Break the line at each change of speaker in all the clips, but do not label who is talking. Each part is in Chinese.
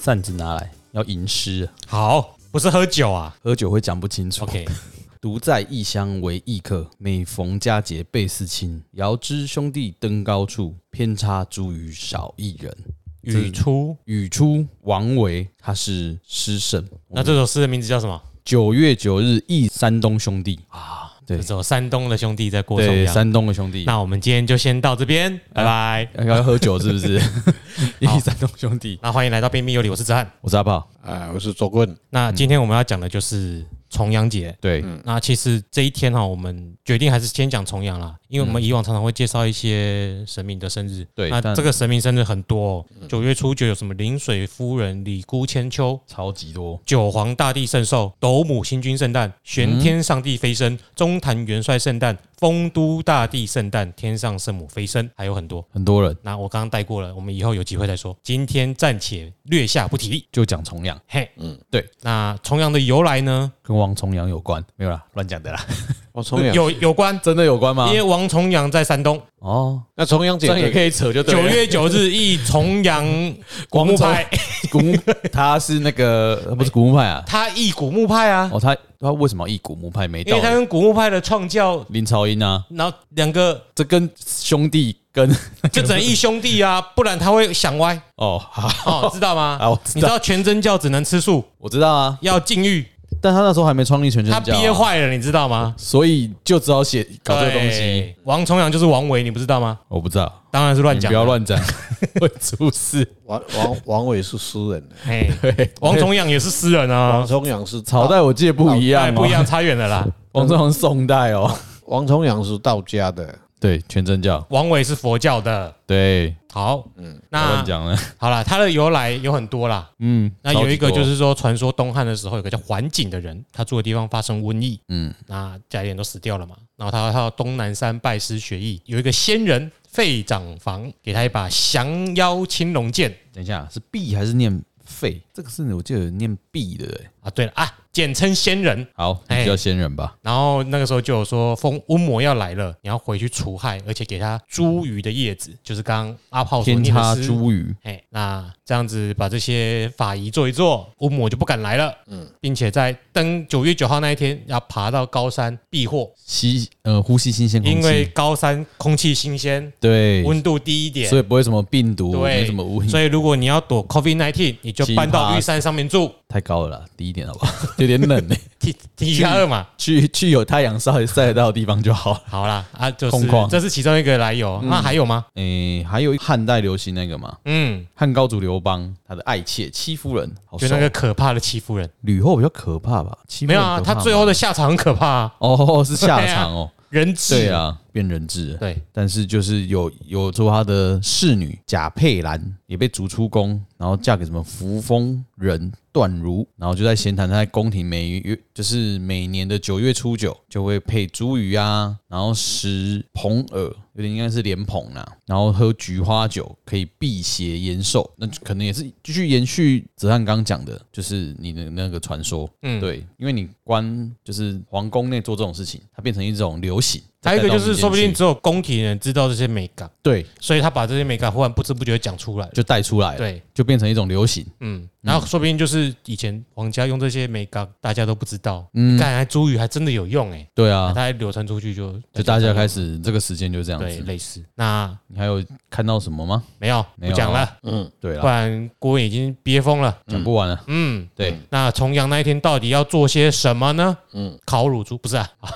扇子拿来，要吟诗啊，
好，不是喝酒啊。哦
喝酒会讲不清楚。
OK，
独在异乡为异客，每逢佳节倍思亲。遥知兄弟登高处，偏差茱萸少一人。
语出。
语出王维，他是诗圣。
那这首诗的名字叫什么？
九月九日忆山东兄弟啊，对
这首山东的兄弟在过重
对，
阳。
山东的兄弟。
那我们今天就先到这边，拜拜。
要喝酒是不 是？忆山东兄弟，
那欢迎来到彬彬有礼，我是子翰。
我是阿炮。
啊，我是周棍，
那今天我们要讲的就是重阳节。
对，
那其实这一天哈，我们决定还是先讲重阳啦，因为我们以往常常会介绍一些神明的生日。
对
那
但
这个神明生日很多、哦，九月初九有什么临水夫人、李姑千秋、
超级多。
九皇大帝圣寿、斗母星君圣诞、玄天上帝飞升、中坛元帅圣诞、丰都大帝圣诞、天上圣母飞升，还有很多。
很多人
那我刚刚带过了，我们以后有机会再说。今天暂且略下不提。
就讲重阳，
嘿，
嗯
嗯，
对。
那重阳的由来呢？
跟王重阳有关，没有啦，乱讲的啦。
我重阳，
有有关，
真的有关吗
因？为王重阳在山东，
哦，
那重阳
这
节
样也
的
可以扯就对
九
了。
月九日忆重阳古墓派，
古墓，他是那个不是古墓派啊？
他忆古墓派啊，
哦，他他为什么一古墓派没
因
到
为他
呢？
跟古墓派的创教，
林朝英啊，
然后两个
这跟兄弟跟
就只能忆兄弟啊，不然他会想歪
哦，好
哦，知道吗？
啊，我知
你知
道，
道全真教只能吃素，
我知道啊，
要禁欲，
但他那时候还没创立全真
他
教啊，
憋坏了，你知道吗？
所以就只好写搞这个东西。
对。王重阳就是王维，你不知道吗？
我不知道，
当然是乱
你
讲，啊
不要。乱 讲，会出事。
王王王伟是诗人，
嘿，王重阳也是诗人啊
王，重阳是
朝代我记得不一
哎
样，哦
不一样，。差远了啦。
王重阳是宋代哦，
王重阳是道家的，
对，全真教，
王维是佛教的。
对，
好，嗯，那
乱讲了，
好了，它的由来有很多啦。
嗯，
那有一个
超级
就
多
是说，传说东汉的时候有个叫桓景的人，他住的地方发生瘟疫，
嗯
嗯，那家里人都死掉了嘛，然后他他到东南山拜师学艺，有一个仙人费长房给他一把降妖青龙剑
等一下是币还是念费？这个是我记得有念币的，欸
啊，对了啊，简称仙人。
好，你
哎
叫仙人吧。
然后那个时候就有说风瘟魔要来了，你要回去除害，而且给他茱萸的叶子，就是刚刚阿炮哦所
天
念
差
的诗。
茱萸，
哎，那这样子把这些法仪做一做，巫魔就不敢来了。嗯，并且在登九月九号那一天，要爬到高山避祸，
吸呃呼吸新鲜空气，
因为高山空气新鲜，
对，
温度低一点
所，以不会什么病毒，没
对
什么污，
所
染，
以如果你要躲 COVID 19，你就搬到
奇葩
玉山上面住，
太高了啦，低一点好不好？ 有点冷欸
T T 加二嘛。
去去有太阳晒晒得到的地方就好了。
好啦，啊，就
空
是
旷嗯
这是其中一个来由。那还有吗？
诶，还有汉代流行那个嘛，
嗯，
汉高祖刘邦他的爱妾戚夫人，好
就
熟
那个可怕的欺负人，
吕后比较可怕吧？戚夫
没
人
有啊，
可怕
他
吗
最后的下场很可怕啊，
哦是下场 哦，
人质。
对，啊，变人质了。
对，
但是就是有有做他的侍女贾佩兰也被逐出宫，然后嫁给什么扶风人段如，然后就在闲谈，他在宫廷每月就是每年的九月初九就会配茱萸啊，然后食蓬饵，有点应该是莲蓬呃啦、然后喝菊花酒可以辟邪延寿，那可能也是继续延续泽汉刚讲的，就是你的那个传说，
嗯
对，因为你关就是皇宫内做这种事情，它变成一种流行。
还有一个就是，
再带到民间
说不定
去
只有宫廷人知道这些美感，
对，
所以他把这些美感忽然不知不觉地讲出来了。
就带出来了，
对，
就变成一种流行。
嗯，然后说不定就是以前皇家用这些美感，大家都不知道。嗯，看来茱萸还真的有用哎、
对
欸，
啊，
它流传出去就
就大家开
始
始这个时间就这样
对
子。
类似。那
你还有看到什么吗？
没有
没有
不
啊
讲了，
对
不
啦，
然郭文已经憋疯了。
讲不完了。
嗯，
对，
那重阳那一天到底要做些什么呢？嗯，烤乳猪不是啊，
哦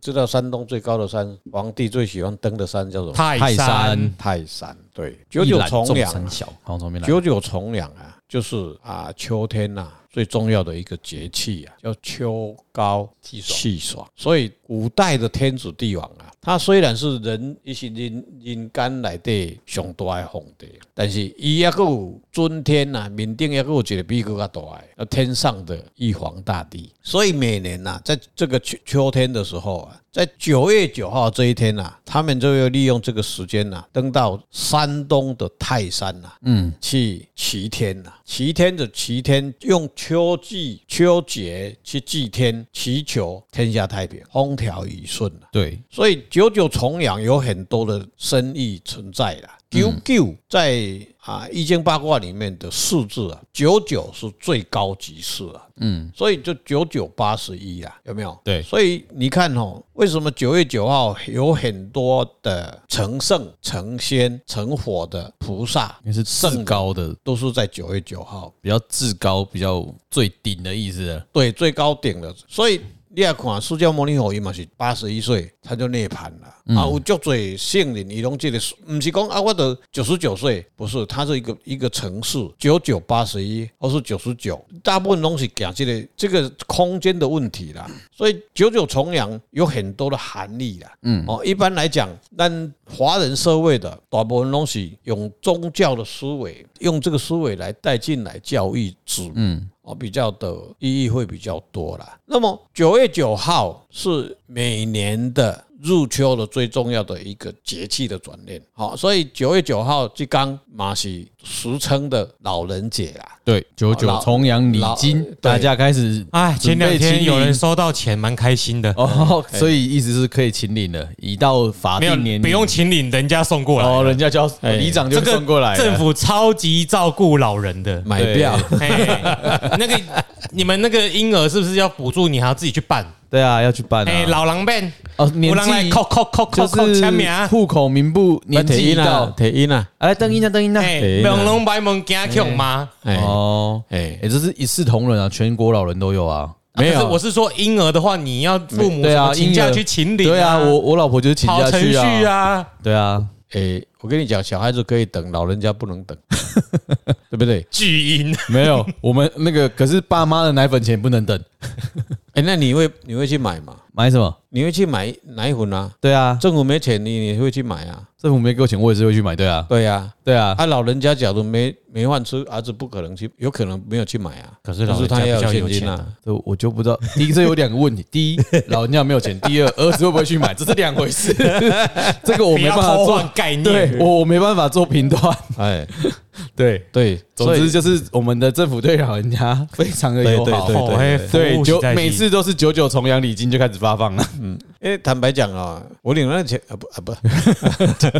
知道山东最高的山，皇帝最喜欢登的山叫什么？
泰
泰
山
山。
泰山。对，九九重阳啊
三，小，好像从没来。
九九重阳啊，就是啊秋天呐、最重要的一个节气啊，叫秋高气爽。气爽，所以古代的天子帝王啊，他虽然是人一些人人间内底上大的皇帝，但是伊还有尊天呐、面顶还有一个比佫较大的，叫天上的玉皇大帝。所以每年呐、在这个秋秋天的时候啊，在九月九号这一天呐、他们就要利用这个时间呐、啊登到山东的泰山啊呐、
嗯，
去祈天呐、祈天的祈天，用秋季秋节去祭天，祈求天下太平，风调雨顺、啊、
对，
所以九九重阳有很多的深意存在啦。九九在啊《易经》八卦里面的数字啊，九九是最高级数啊，嗯，所以就九九八十一啊，有没有？
对
所以你看哦，为什么九月九号有很多的成圣、成仙、成佛的菩萨
因为是至高的，
都是在九月九号
比较至高，比较最顶的意思了。
对，最高顶了。所以你也看，释迦牟尼佛伊嘛是八十一岁，他就涅槃了、啊。有足侪圣人，伊拢这个，毋是讲啊，我得九十九岁，不是，他是一个一个城市，九九八十一或是九十九，大部分拢是讲这个这个空间的问题啦。所以九九重阳有很多的含义啦。嗯，哦，一般来讲，咱华人社会的大部分拢是用宗教的思维，用这个思维来带进来教育子民。哦，比较的意义会比较多啦。那么九月九号是每年的入秋的最重要的一个节气的转变，好，所以九月九号这刚马是俗称的老人节啦。
对，九九
老
重阳礼
老
金
对，
大家开始
哎，前两
准备清
天
理
有人收到钱，蛮开心的。
哦，所以意思是可以请领了，已到法
没有
定年龄，
不用请领，人家送过来。
哦，人家就要
哎
里长就
这个
送过来了，
政府超级照顾老人的。
买票，
嘿那个你们那个婴儿是不是要补助？你还要自己去办？
对啊，要去办
哎，
啊。
老狼办，
哦，
有
年
人来
纪
扣扣扣
就
扣扣签名。啊
是户口名簿年纪一
啊
到，，
铁音啊，
哎，等一下，等一下，
哎，两龙白门惊穷吗？
哎
哦，
哎，
哎，这是一视同仁啊，全国老人都有啊。
啊
没有
可是我是说婴儿的话，你要父母
对
什
啊
么请
婴
假
儿
去请领。
对啊，我我老婆就是请
跑
假
程
去
序
啊，
啊，
对啊，
哎，我跟你讲，小孩子可以等，老人家不能等， 对不对？
巨婴。
没 有，我们那个可是爸妈的奶粉钱不能等，
哎，那你会你会去买吗？
买什么？
你会去买奶粉啊？
对啊，
政府没钱，你你会去买啊？
政府没给我钱，我也是会去买，对啊，
对呀。
对啊，
啊，老人家假如没没饭吃，儿子不可能去，有可能没有去买啊。
可是
但
老
是
人
他
家
也
比较
现
有
金
钱
啊
啊。。
这我就不知道。第一，这有两个问题：第一，老人家没有钱；第二，儿子会不会去买，这是两回 事。这个我
不
没
要
办法
偷
做
换，概念。
对我我没办法做评断。
哎，
对，
对，
总
所
之
以
就是我们的政府对老人家非常的友好。
对
哦，
对
哎，
对，
服务
九
时代
每
记
次都是九九重阳礼金就开始发放了。
哎，坦白讲啊，我领了钱啊不啊不，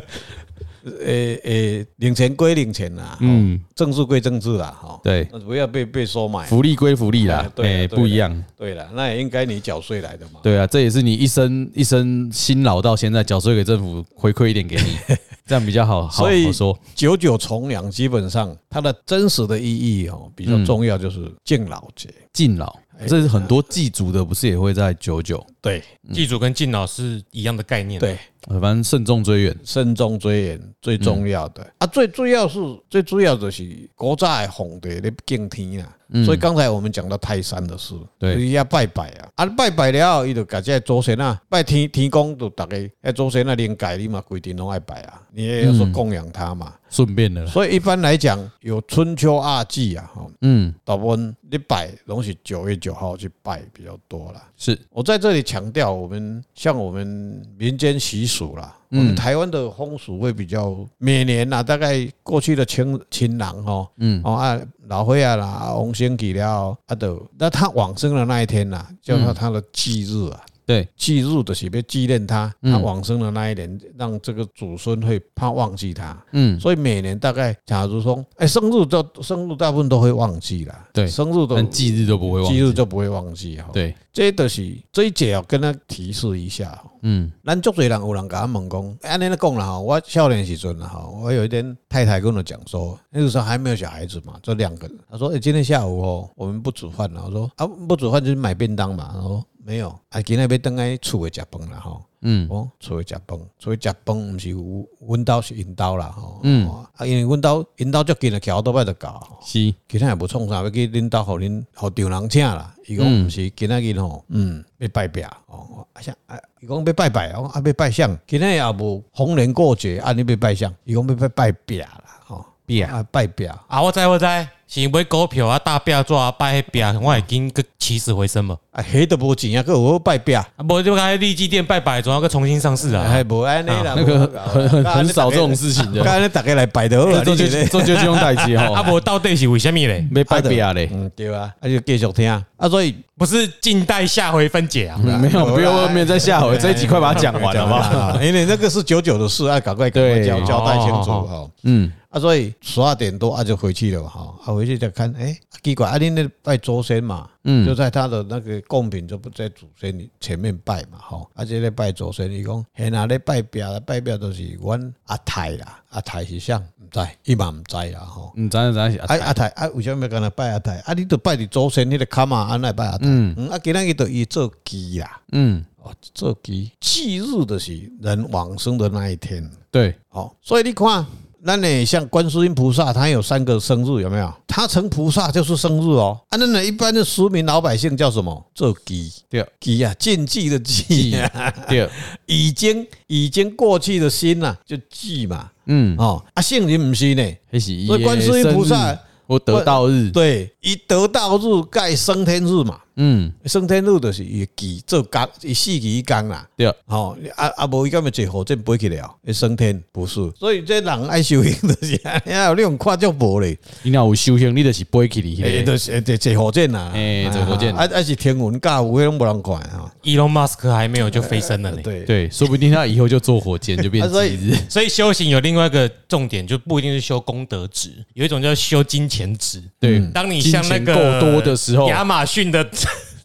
诶诶，领钱归领钱啦，嗯，
嗯，
政治归政治啦，哈，
对，
那不要被被收买。 啊
福利归福利啦
哎，对啊
哎，
对啊
不一样。
对了，那也应该你缴税来的嘛。
对啊，这也是你一生一生辛劳到现在，缴税给政府回馈一点给你，这样比较好好
所以
好说。
九九重阳基本上它的真实的意义哦比较重要，就是敬老节。
敬老，这是很多祭祖的，不是也会在九九？
对
嗯
祭祖跟敬老是一样的概念。
对，
呃反正慎重追远。
慎重追远最重要的、啊，最主要是最主要就是国家的皇帝咧敬天啊。所以刚才我们讲到泰山的事，
对
就是要拜拜啊，啊拜拜了后，伊就甲这些祖先啊，拜天天公就大家，哎祖先啊灵界你嘛规定拢爱拜啊，你也要说供养他嘛。
顺便的啦。
所以一般来讲，有春秋二季啊，吼，
嗯，
大部分你拜拢是九月九号去拜比较多啦。
是
我在这里强调，我们像我们民间习俗啦，我
嗯
们台湾的风俗会比较每年呐、大概过去的情情郎哦，
嗯
嗯，哦啊，老灰啊啦，啊红星给了啊都，那他往生的那一天呐、叫他他的忌日啊。
对，
忌日的是要纪念他，
嗯
他往生的那一年，让这个祖孙会怕忘记他，
嗯，
所以每年大概，假如说，哎，生日都生日大部分都会忘记啦，
对
生日都
但忌日都不会忘
忌
记。
日就不会忘记哈。
对，
这就是这一节要跟他提示一下哦。
嗯
咱足侪人有人甲我问讲，哎安尼咧讲啦吼，我少年时阵啦吼，我有一天太太跟我讲说，那个时候还没有小孩子嘛，这两个人，她说，哎、今天下午哦，我们不煮饭了。我说啊，不煮饭就是买便当嘛。她说没有，啊，今天要等来厝诶食饭啦吼。
嗯，
哦，厝去食饭，厝去食饭，毋是有阮兜是因兜啦吼。
嗯
哦，啊，因为阮兜因兜足近的桥倒摆就到吼。
是，
其他也无创啥，要去恁兜互恁互丈人请啦。伊
嗯
讲毋是，今仔日吼，嗯，要拜拜哦。啊啥啊，伊讲要拜拜，我讲啊要拜相。今仔也无逢年过节，啊你要拜相，伊讲要拜拜拜啦，吼，
别
啊拜拜。
啊，我知我知，是买股票啊，大饼纸啊，摆迄饼，我会紧去起死回生嘛。
啊，黑的无钱啊，个有好拜拜，
啊，不就该立基店拜拜，总要个重新上市啊。
哎，无安尼啦，啊
那个 很很很少这种事情的
刚。才大家来拜的好啊，
这
你
就
觉得？
这就就用代机哦
啊，
吼，
不到底是为什么嘞？
没拜别啊嘞，
嗯，对啊，啊就继续听啊，所以
不是静待下回分解啊。
嗯没有，不要没有在下回这一集快把它讲完好不好？
啊， 因为那个是九九的事啊，赶快赶快
对
交交代清楚
哦
哦。
嗯，
啊，所以十二点多啊就回去了嘛哈，啊回去再看，哎，奇怪，啊，你那拜祖先嘛，
嗯
就在他的那个贡品就不在祖先前面拜嘛哈，啊，这咧拜祖先，伊讲，嘿那咧拜庙啦，拜庙都是阮阿太啦，阿太是啥？唔知，伊嘛唔知啦吼。
你知影知影是啊
啊阿太啊，为什么要跟他拜阿太？啊，你都拜你祖先，你个卡嘛，安来拜阿太？嗯，啊，今仔日就伊做祭啦，
嗯，
哦，做祭忌日就是人往生的那一天。
对，
哦，所以你看，那你像观世音菩萨，他有三个生日，有没有？他成菩萨就是生日哦。啊，那那一般的俗民老百姓叫什么？做鸡
对
鸡啊，禁忌的忌、啊，
对，
已经已经过去的心呐、就忌嘛。
嗯，
哦，啊，圣人不是呢，
那是
所以观世音菩萨
我得到日，
对，一得道日盖升天日嘛，
嗯，
升天日就是伊忌做工，伊死忌一工啦。
对，
吼、啊啊，无伊敢咪坐火箭飞去了，会升天不是？所以这人爱修行就是安尼啊，你用看就无咧，
你若有修行，你就是背起你
诶，
那个，
就是坐坐火箭呐，
哎坐火箭
啊啊是天文教有迄拢无人管啊，
Elon Musk 还没有就飞升了呢。
对，
哎对，说不定他以后就坐火箭就变
啊所以
吉日，
所以修行有另外一个重点，就不一定是修功德值，有一种叫修金钱值。
对，
当你像那
嗯金
个
钱够多的时候，
亚马逊的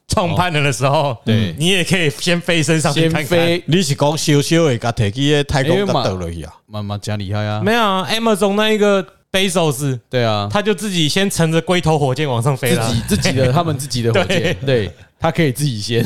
创办人的时候，
对
你也可以先飞升上去
先
看看。
飞，
你是讲小小的甲摕去那个太空搭倒落去啊？
妈妈真厉害啊，
没有啊，Amazon 那一个 Bezos，
对啊，
他就自己先乘着龟头火箭往上飞了。
自己自己 的他们自己的火箭，对他可以自己先，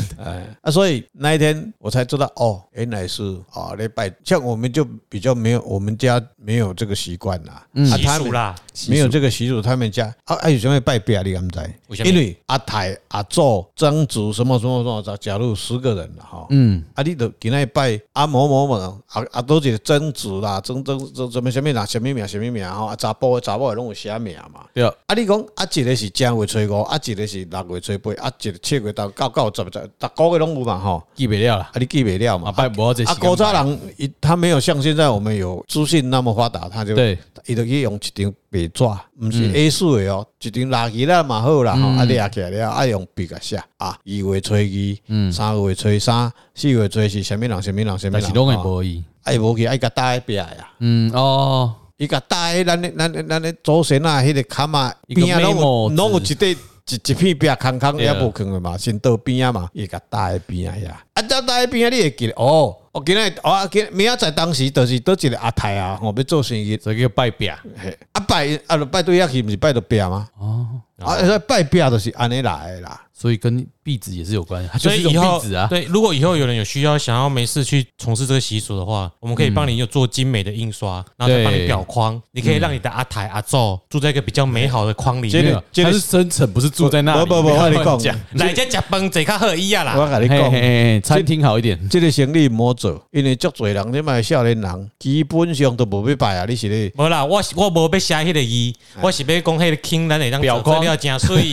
啊，所以那一天我才知道哦，原来是啊，礼拜像我们就比较没有，我们家没有这个习惯啦，
嗯
啊，
习
他
俗
们
啦，
没有这个习俗，他们家啊，啊有什么拜别你敢不知？
为什么
因为阿太、阿祖、曾祖什么什么什么，假假如十个人了哈，嗯，啊，你都今天拜阿某某某，啊啊，都是曾祖啦，曾曾曾什么什么啦，什么名什么名吼，啊，查甫的查某的拢有写名嘛。
对啊，
啊，你讲啊，一个是正月初五，啊，一个是六月初八，啊，一个七月到到到十十，逐个月拢有嘛吼。
记不了啦，
啊，你记袂了嘛
啊，？拜不要这
啊，古早人伊他没有像现在我们有资讯那么发达，他就
对，嗯
伊就去用一张白纸，毋是 A 四的哦，一张垃圾啦嘛好啦，吼，啊掠起来了，啊用笔甲写啊，二月初二，三月初三，四月初是啥物人，啥物人，啥
嗯
物
但
人，
是拢会
吼
无伊，
啊伊无去，啊伊甲搭迄壁啊，
嗯哦，
伊甲搭迄咱的咱的咱的祖先啊，迄个坎啊，
一个
边啊拢有
memo
拢有一块。一一片壁空空
对
也
啊
无空的嘛，先到边啊嘛，伊甲搭迄边啊呀，啊搭搭迄边啊，你会记得哦，我今日哦，啊今仔明仔载当时就是倒一个阿太啊，吼要做生意，
这个拜表，
嘿啊拜啊，就拜对遐去，毋是拜到壁吗？
哦，
啊，所以拜壁就是安尼来的啦。
所以跟壁纸也是有关，它就
所
是一
以
种
以后
壁纸啊，
对，如果以后有人有需要，想要没事去从事这个习俗的话，我们可以帮你有做精美的印刷，然后再帮你
对
裱框，你可以让你的阿台阿宙住在一个比较美好的框里
这
没
个
面
有。它是深层，不是住在那里，
不不不，我跟你讲，
来家吃饭，坐较好伊啊啦，
我跟你
嘿嘿
讲，
嘿，餐厅好一点，
这个生意唔好做，因为足侪人，你卖少年人，基本上都无要拜啊。你是咧，
无啦，我是我无要写迄个字，我是要讲迄个轻咱会当
表
表
框
框了真水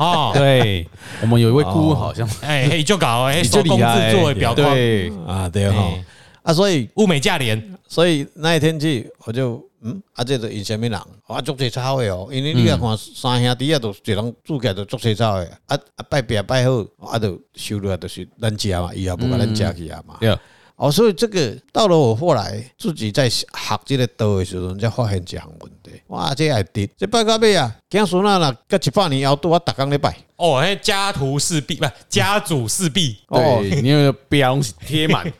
哦，
对，我们有一位顾问好像
哎，嘿就搞哎，
你
手
这里
工制作的表框，
对，
啊，对吼
哎，
啊，所以
物美价廉，
所以那一天去，我就嗯，啊，这是因什么人？啊，足侪草的哦，因为你若看三兄弟啊，都一人住起来都足侪草的，啊啊拜拜拜好，啊，就收落来就是咱食嘛，以后不甲咱食去啊嘛。
对，
哦，所以这个到了我后来自己在学这个刀的时候，才发现一项问题。哇，这还得这拜到尾啊，囝孙仔啦，隔一百年后拄我啊逐工咧拜。
哦，迄家徒四壁不家主四壁，
哦
对，你有标贴满，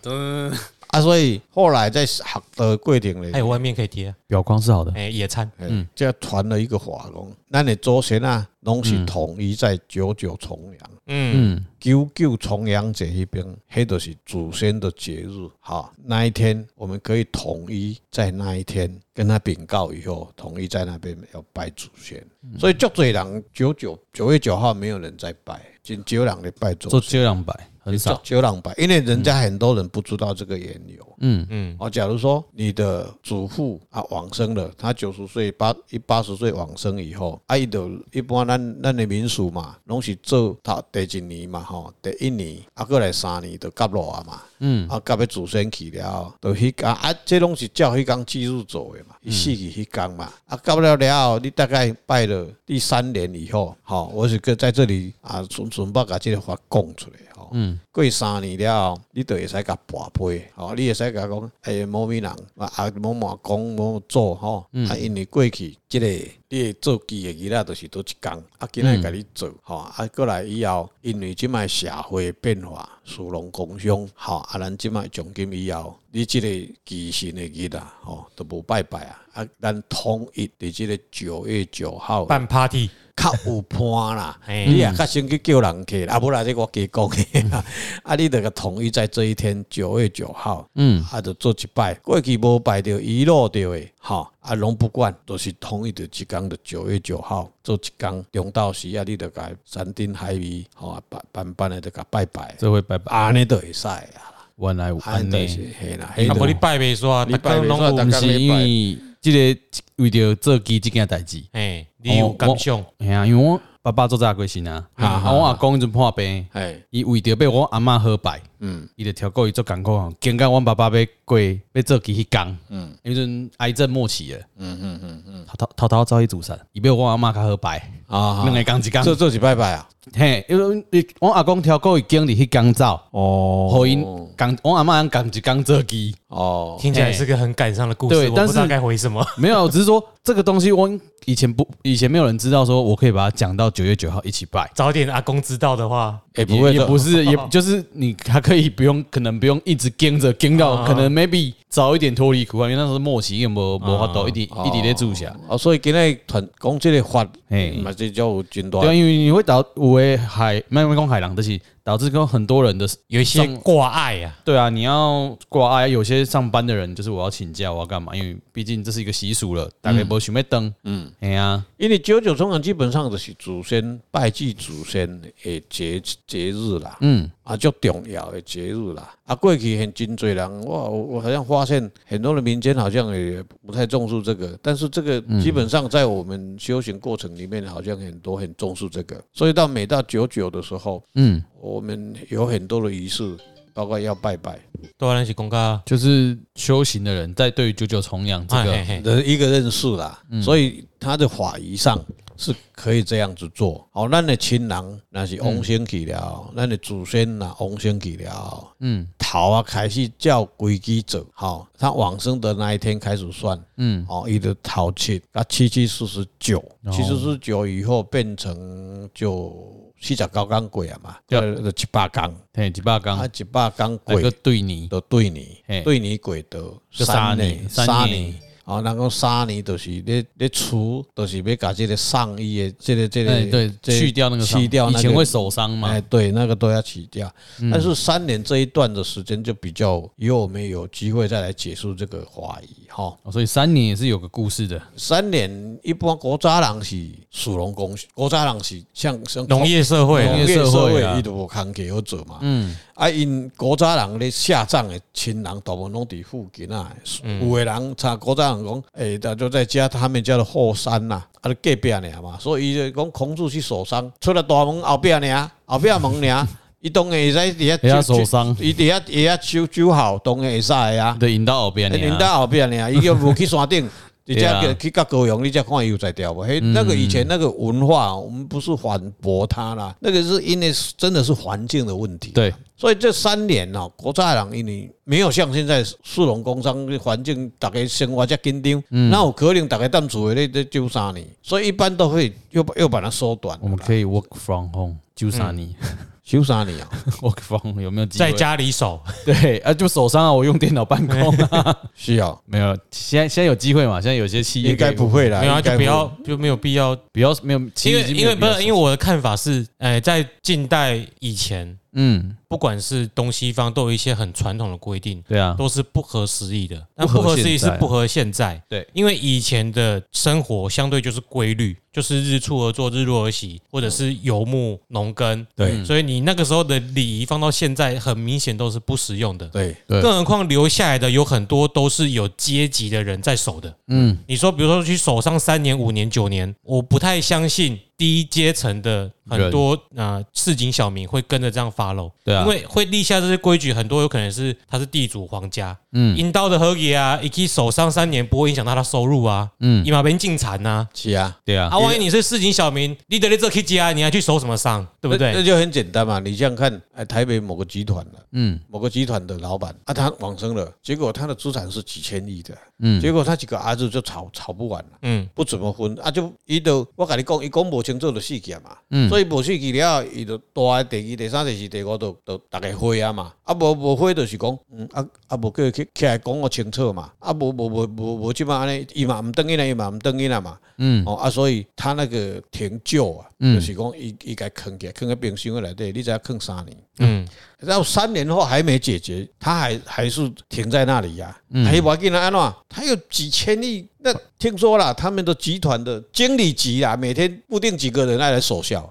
啊，所以后来在学道的过程
还
咧，
有外面可以贴啊，
表框是好的，
哎，野餐，
嗯，这传了一个法讲，咱的祖先啊，拢是统一在九九重阳。
嗯，
九九重阳节那边，黑的是祖先的节日，哈，那一天我们可以统一在那一天跟他禀告以后，统一在那边要拜祖先，所以足多人九九九月九号没有人在拜，仅九人在拜祖
做
先，
遮两百很
足
少，
九人拜，因为人家很多人不知道这个缘由，
嗯
嗯，
哦，假如说你的祖父啊往生了，他九十岁八一八十岁往生以后，啊，伊就一般咱咱的民俗嘛，拢是做头第一年嘛吼，第一年啊，过来三年就夹落啊嘛，嗯，啊，夹要祖先去了，就迄工啊，这拢是照迄工记录做的嘛，
嗯
伊死去迄工嘛，啊，夹了了后，你大概拜了第三年以后，吼、我是搁在这里啊，准准备把这个话讲出来吼。过三年了后，你就会使甲跋杯，吼、你会使甲讲，哎、某咪人啊，啊，某某讲某某做吼，啊，因为过去即、个你会做记的日仔，就是倒一工，啊，今仔甲你做，吼、啊，过来以后，因为即摆社会变化，殊荣共享，吼、啊，咱即摆从今以后，你即个记神的日啊，吼、都无拜拜啊，啊，咱统一伫即个九月九号。
办 party，
较有伴 啦，
哎
嘿
你也较先去叫人去啦，啊，无啦，这我加讲
嗯
的， 啊，你得个统一在这一天九月九号，嗯，啊，就做一摆，过去无拜着遗落着的，吼，啊，拢不管，都、是统一着一工的九月九号做一工，中昼时啊，你得甲山顶海味，吼、啊，班班班的得甲拜拜，
这会拜拜，
安尼都会使啊，
原来有
安
安
尼就是
尼，
嘿啦，嘿
啊，无你
啦，
拜袂煞，
你
你
拜
拜啊
袂煞
拢有，
不是因为这个为着做机这件代志，
哎，你有感想，
哎呀，因为我爸爸做这过身啊，
啊
啊，我阿公就破病，
哎，
伊为着被我阿嬷好拜，
嗯
伊就超过伊做艰苦，经过阮爸爸要过要做机迄工，
嗯
迄阵癌症末期了，
嗯嗯嗯嗯，
偷偷偷偷走去自杀，伊要我阿嬷较好拜，
啊
两，个工一工
做。做一拜拜啊，
嘿，因为你我阿公超过伊经理迄工走，
哦
互因工我阿嬷工一工做机。
哦，
听起来是个很感伤的故
对
事，我
但
不知道
是
该回什么。
没有，只是说这个东西，我以前不，以前没有人知道，说我可以把它讲到九月九号一起拜，
早点阿公知道的话，
也
也
不会
也
做
不是，也就是你还可以不用，可能不用一直跟着跟到，可能 maybe 早一点脱离苦海，因为那时候末期也没没法度一直一直在住下，
哦，所以今仔传讲这个法，
嘿
嘛这叫有真大
对啊，因为你会导有的海，慢慢讲海浪这些，导致跟很多人的
有一些挂碍啊，
对啊，你要挂碍，有些上班的人就是我要请假，我要干嘛？因为毕竟这是一个习俗了，大概不想要登，嗯，哎呀，
因为九九重阳基本上就是祖先拜祭祖先的节节日啦，
嗯，
啊，足重要的节日啦。啊，过去很真侪人，我我好像发现很多的民间好像也不太重视这个，但是这个
嗯
基本上在我们修行过程里面，好像很多很重视这个，所以到每到九九的时候，
嗯，
我们有很多的仪式，包括要拜拜，
对啊，那是公告。
就是修行的人在对于九九重阳这
哎
个，
嘿嘿
的一个认识啦，
嗯
所以他的法仪上是可以这样子做。好，咱的亲人那是往生去了，咱的祖先呐往生去了，
嗯
头啊开始照规矩走。好，他往生的那一天开始算，
嗯，哦
哦，一直头七，啊七七四十九，七七四十九以后变成就四十九天过啊嘛，
对
就七八天，
嘿，几把刚
啊，一百天
还
过
有。个对你，
就对你
嘿，
对你过道
就
三
三
年，
年
三
三
年
年。
哦，人讲三年就是你你除，就是要把这个上衣的这个这
哎，
个
对，
这个
去掉那个伤
去掉那
以
个
前会手伤嘛
哎，，对，那个都要起掉。但是三年这一段的时间就比较，以后我们有机会再来解释这个话题哈。
哦所以三年也是有个故事的，
三年一般国家人是属龙公，国家人是像像
农业社会啊
农
农，业
业社
社会
会
啊
伊都无空给好做嘛。
嗯
啊，因古早人咧下葬的亲人，大部分拢伫附近啊。
嗯
有的人查古早人讲，诶、那就在家他们家的后山呐、啊，就隔壁尔嘛。所以伊就讲孔子去守丧，出了大门后壁尔，后壁门 尔，伊当然会使伫遐
会晓守丧
伊伫遐会遐守守好，当然会使的啊。
对，引到耳边，
恁到后壁尔，伊又无去山顶。 你
对啊
家去到高雄，你才看伊有在调无？
嗯
嘿，那个以前那个文化，我们不是反驳他啦，那个是因为真的是环境的问题。
对，
所以这三年哦，国家人因为没有像现在市农工商环境，大家生活这么紧张，
嗯
那有可能大家当厝的咧咧就三年，所以一般都会又把又把它缩短。
我
嗯
们可以 work from home，就杀你
休三年啊，
work from home 有没有机
在
会？
家里守，
对啊，就手伤啊，我用电脑办公啊，
是啊，
没有，现在现在有机会嘛？现在有些企业
应该
可以
不会啦，
没有啊
应该
就
不
不要就没有必要
不要没有，
因为因为不是因
为
为我的看法是，哎，在近代以前，
嗯，
不管是东西方，都有一些很传统的规定，
对啊，
都是不合时宜的。但
不合
不合时
现
宜是
在啊
不合现在，
对，
因为以前的生活相对就是规律，就是日出而作，日落而息，或者
嗯
是游牧农耕，
对
所以你那个时候的礼仪放到现在，很明显都是不实用的。
对
对
更何况留下来的有很多都是有阶级的人在守的。
嗯，
你说，比如说去守上三年、五年、九年，我不太相信低阶层的很多呃市井小民会跟着这样 follow，
对啊
因，为会立下这些规矩，很多有可能是他是地主皇家，
嗯
引刀的合约啊，以及守上三年不会影响到他收入啊，
嗯，
伊马边进产呐。
是啊，
对啊
啊，，万一你是市井小民，你得在这 K 家，你还去守什么上，对不
那那
对？
就很简单嘛，你想想看，哎，台北某个集团了、
嗯
某个集团的老板啊，他往生了，结果他的资产是几千亿的，
嗯，
结果他几个儿子就吵吵不完了。
嗯，
不怎么分啊，就伊都我跟你讲，伊讲无清楚就死去啊嘛，
嗯
所以无死去了，伊就大的第二、第三、第四、第五都都逐个灰啊嘛，啊无无灰就是讲，嗯啊啊无叫伊起起来讲个清楚嘛，啊无无无无无即摆安尼，伊嘛毋等伊啦，伊啊嘛毋等伊啦嘛，
嗯
哦啊，所以他那个停旧啊，
嗯
就是讲伊伊该坑起来，坑在冰箱的内底，你知影坑三年。
嗯，
然后三年后还没解决，他还还是停在那里呀、
嗯
哎还要给他安怎？他有几千亿，那听说了，他们的集团的经理级啊，每天固定几个人来来 守校，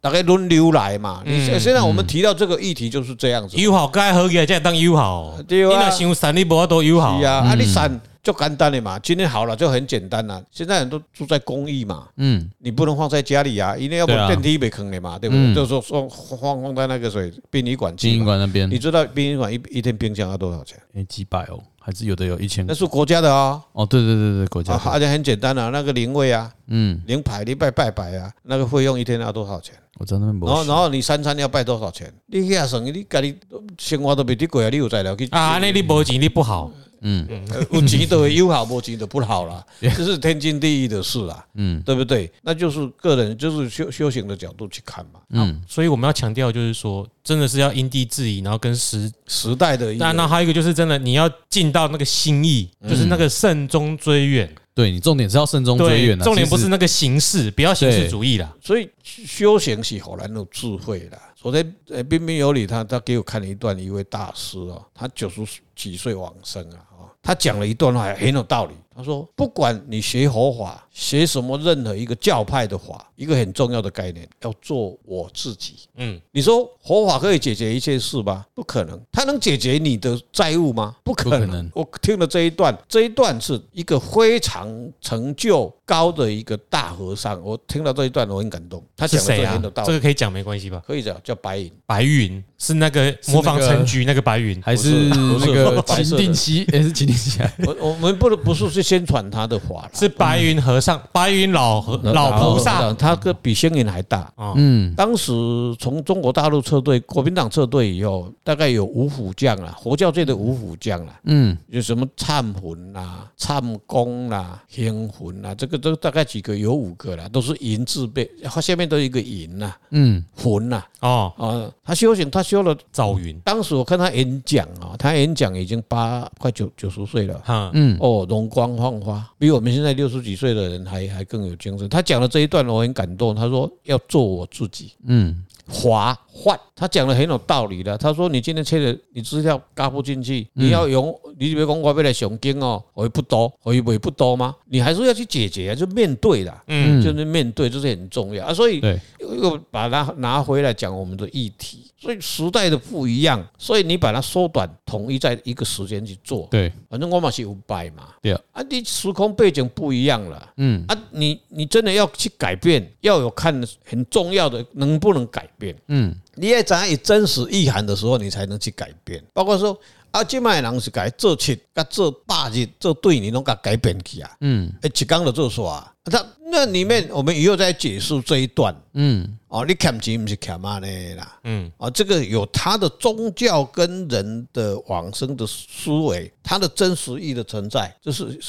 大概轮流来嘛。你
嗯
现现在我们提到这个议题就是这样子，
友好该合约才当友好，
对啊
你若想三你无都友好
是，啊，
嗯
啊你散就简单的嘛，今天好了就很简单了。现在很多住在公寓嘛，
嗯
你不能放在家里啊，一定要不
对啊
电梯被坑的嘛，对不
嗯
对？就是说说放放在那个谁殡仪馆
殡
去
仪
嘛。
馆那边
你知道殡仪馆一一天冰箱要多少钱？
哎几百哦，还是有的有一千
那是国家的啊、
哦，对对对对，国家
啊，而且很简单啊，那个灵位啊，
嗯，
灵牌你拜拜拜啊，那个费用一天要多少钱？
我在那边没
然后
事
然后你三餐要拜多少钱？你遐省，你家己生活都未得过啊，你有材料去
啊，那你无钱你不好，
嗯
呃 有钱都会友好，无钱就不好啦，这是天经地义的事啦，
嗯
对不对？那就是个人就是修修行的角度去看嘛，
嗯
所以我们要强调就是说，真的是要因地制宜，然后跟时。
时代的一
那那
个
还有一个就是真的，你要进到那个心意，就是那个慎终追远。
对你重点是要慎终追
对，
远啊，
重点不
其
是
实
那个形式，不要形式
对
主义啦。
所以修行是荷兰的智慧啦。昨天呃，彬彬有礼他他给我看了一段一位大师哦，他九十几岁往生啊，哦他讲了一段话很有道理。他说，不管你学佛法，学什么任何一个教派的法，一个很重要的概念，要做我自己。
嗯，
你说佛法可以解决一切事吗？不可能。它能解决你的债务吗？不可能。
不可能
我听了这一段，这一段是一个非常成就高的一个大和尚。我听到这一段，我很感动。他
是
讲的这
谁
个
啊
很有道？
这
理，
个可以讲没关系吧？
可以讲叫白银，
白云是那个模仿陈菊那个白云，
还
不是
是
不是
那个
白
秦
色的
定期，哎是秦定期啊，
我我们不能不是去宣传他的法啦，
是白云和尚、白云老和
老
老菩萨。，
他个比星云还大。
嗯
当时从中国大陆撤退，国民党撤退以后，大概有五虎将啦，佛教界的五虎将啦，
嗯
有什么忏魂啦、啊、忏功啦、啊、天魂啦、啊，这个都大概几个有五个啦，都是银字辈，下面都有一个银呐、
嗯
魂呐
哦，
啊、他修行，他修了。
赵云，
当时我看他演讲啊、他演讲已经八快九九十岁了。
哈，
嗯
哦，容光焕发，比我们现在六十几岁的人还还更有精神。他讲了这一段，我很感动。他说要做我自己，
嗯
华换，他讲的很有道理的。他说你今天切的，你资料加不进去，
嗯
你要用，你别讲我要来上经哦，我不多，我也不多吗？你还是要去解决啊，就面对啦，
嗯
就是面对，这是很重要啊。所以
对
又把它拿回来讲我们的议题，所以时代的不一样，所以你把它缩短，统一在一个时间去做。
对
反正我嘛是有摆嘛，
对啊，
啊，你时空背景不一样了。
嗯
啊，你你真的要去改变，要有看很重要的能不能改变。
嗯
你要知伊真实意涵的时候，你才能去改变。包括说啊，即卖人是改做七、甲做八日、做对，你拢甲改变去啊，
嗯
诶，一工就做煞啊。那那里面我们以后再解释这一段
嗯
哦，你欠钱不是欠嘛呢啦。
嗯，
啊，这个有他的宗教跟人的往生的思维，他的真实意的存在，这是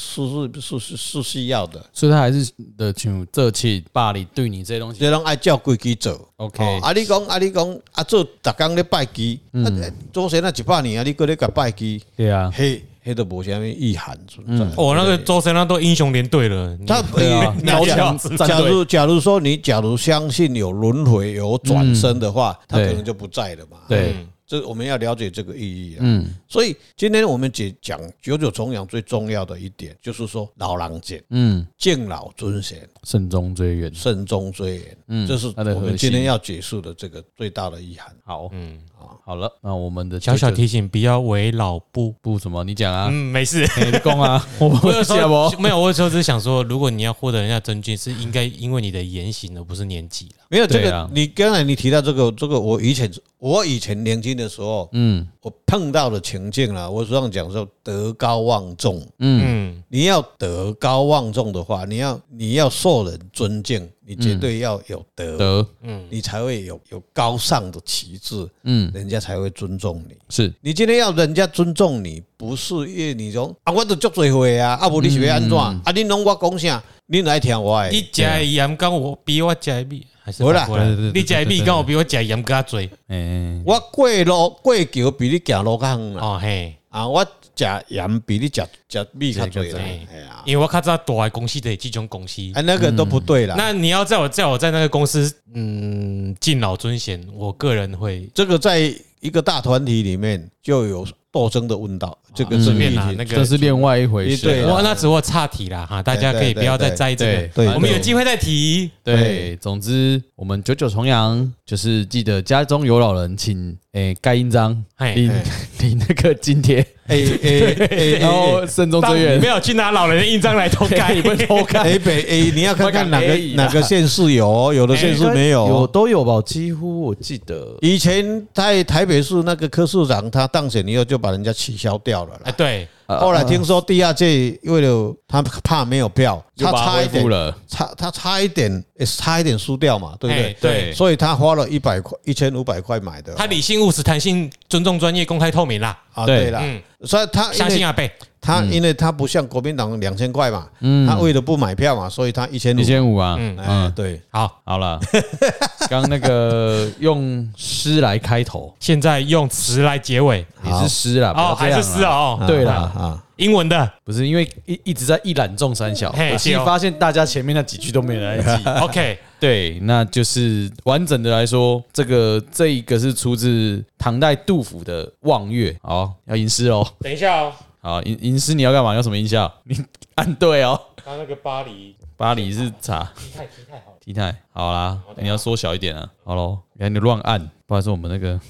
是是是是是需要的。
所以他还是的，像这期巴黎对你这些东西
这拢爱照规矩做。
，OK，
哦啊你讲啊你讲
嗯
啊做逐工咧拜基，啊做神啊一百年啊你搁咧甲拜基，
对啊，
迄黑的无虾米意涵
嗯
存在。
哦，那个周深那都英雄连队了，
他
对啊
假
拿枪
如
战
假
队
如假如说你假如相信有轮回有转生的话，他
嗯对
可能就不在了嘛。
对，
嗯
这我们要了解这个意义啊。
嗯
所以今天我们只讲九九重阳最重要的一点，就是说老人节
嗯，
敬老尊贤，
慎终追远，
慎终追远，
嗯，
这是
它的
我
核
们今天
心
要解释的这个最大的意涵。
好，
嗯，
好了，那我们的
小小
题
提醒，不要为老不。
不什么，你讲 啊，
嗯，没事。
嘿你讲啊，我
我有时
讲
候
不，
没有，我有时候只是想说，如果你要获得人家尊敬，是应该因为你的言行，而不是年纪啦
没有这
对
个
啊，
你刚才你提到这个，这个我以前我以前年轻的时候，
嗯
我碰到的情境啦，我这样讲说德高望重，
嗯
嗯，
你要德高望重的话，你要你要受人尊敬，你绝对要有德，
得，
你才会有有高尚的旗帜，
嗯
人家才会尊重你。
是，
你今天要人家尊重你，不是因为你讲啊，我都足多岁啊，啊，无你是要安怎
嗯
啊？你拢我讲啥，你来听我的
你。加盐跟我比我加米，还是
没啦嗯
反过来
对对对对
你加米跟我比我加盐加嘴
哎，
我过路过桥比你行路较远啦，
哦嘿，
啊，我食盐比你食食米较多啦
对，
哎呀，
因为我看到大的公司的这种公司，
啊，那个都不对啦。
嗯那你要在我在我在那个公司，嗯，敬老尊贤，我个人会
这个在一个大团体里面就有斗争的问道，这个
啊
是
顺便
议
啦
题
那个
这是另外一回事，
对啦啊
我那只我岔题啦哈，大家可以不要再在意这
啊对
对
个，我们有机会再提。
对，总之我们九九重阳就是记得家中有老人，请诶盖印章，
嘿
领 领那个津贴，
哎哎哎，
然后慎终
当
追
你
远
没，有去拿老人的印章来偷 盖，
你们偷看。
哎北哎，你要看看哪
我
个
敢 A 啦哎
哪个县市有哦，有的县
哎
市没有
有
哦。
都有吧，几乎我记得。
以前在台北市那个柯市长，他当选以后就把人家取消掉了
哎，
啦。
对，
啊
后来听说第二届为了他怕没有票，
又
他
把它
差一
恢复
点，
了，
差他差一点，也是差一点输掉嘛，对不
哎
对？
对
对，
所以他花了一百块，一千五百块买的
他理性务实、弹性、尊重专业、公开透明啦。
啊，
对
对啦，
嗯，
所以他因
相
为啊
信阿贝，
他
嗯
因为他不像国民党两千块嘛，他为了不买票嘛，所以他一千五
一。千五啊，
嗯
哎
嗯，，
对，
好，
好了， 刚那个用诗来开头，
现在用词来结尾
也是诗啦，不要
哦，还
这样
是
啦
诗，哦，
对啦
啊，
英文的
不是因为一一直在一览众山小，
嘿
我其实
对哦
发现大家前面那几句都没人 来记。
，OK，
对，那就是完整的来说，这个这一个是出自唐代杜甫的《望月》。好，要吟诗哦。
等一下哦，
好，吟吟诗你要干嘛？要什么音效？你按对哦。
他那个巴黎
巴黎是茶。
体态体态好，
体态好啦，你要缩小一点啊。好喽，原来你乱按，不然说我们那个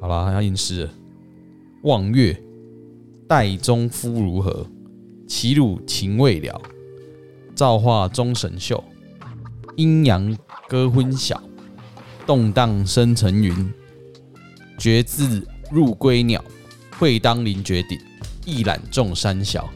好啦，要吟诗了。望月，岱宗夫如何？齐鲁秦未了，造化钟神秀。阴阳割昏晓，动荡生层云。决眦入归鸟，会当凌绝顶，一览众山小。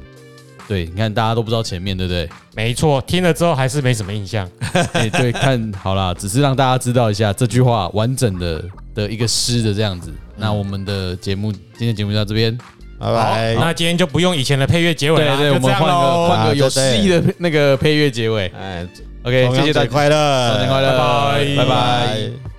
对，你看大家都不知道前面，对不对？
没错，听了之后还是没什么印象。
哎、对，看好啦，只是让大家知道一下这句话完整的的一个诗的这样子。
嗯
那我们的节目，今天节目就到这边。
拜
好，
拜。
那今天就不用以前的配乐结尾
对
了，
对，
啊就
我
这
们
样
换个
喽。
换个有
啊就这样
诗意的那个配乐结尾。
哎，
OK，谢
中
谢
元
大
节
家，
快乐，
新年快乐，
拜拜
拜拜。
拜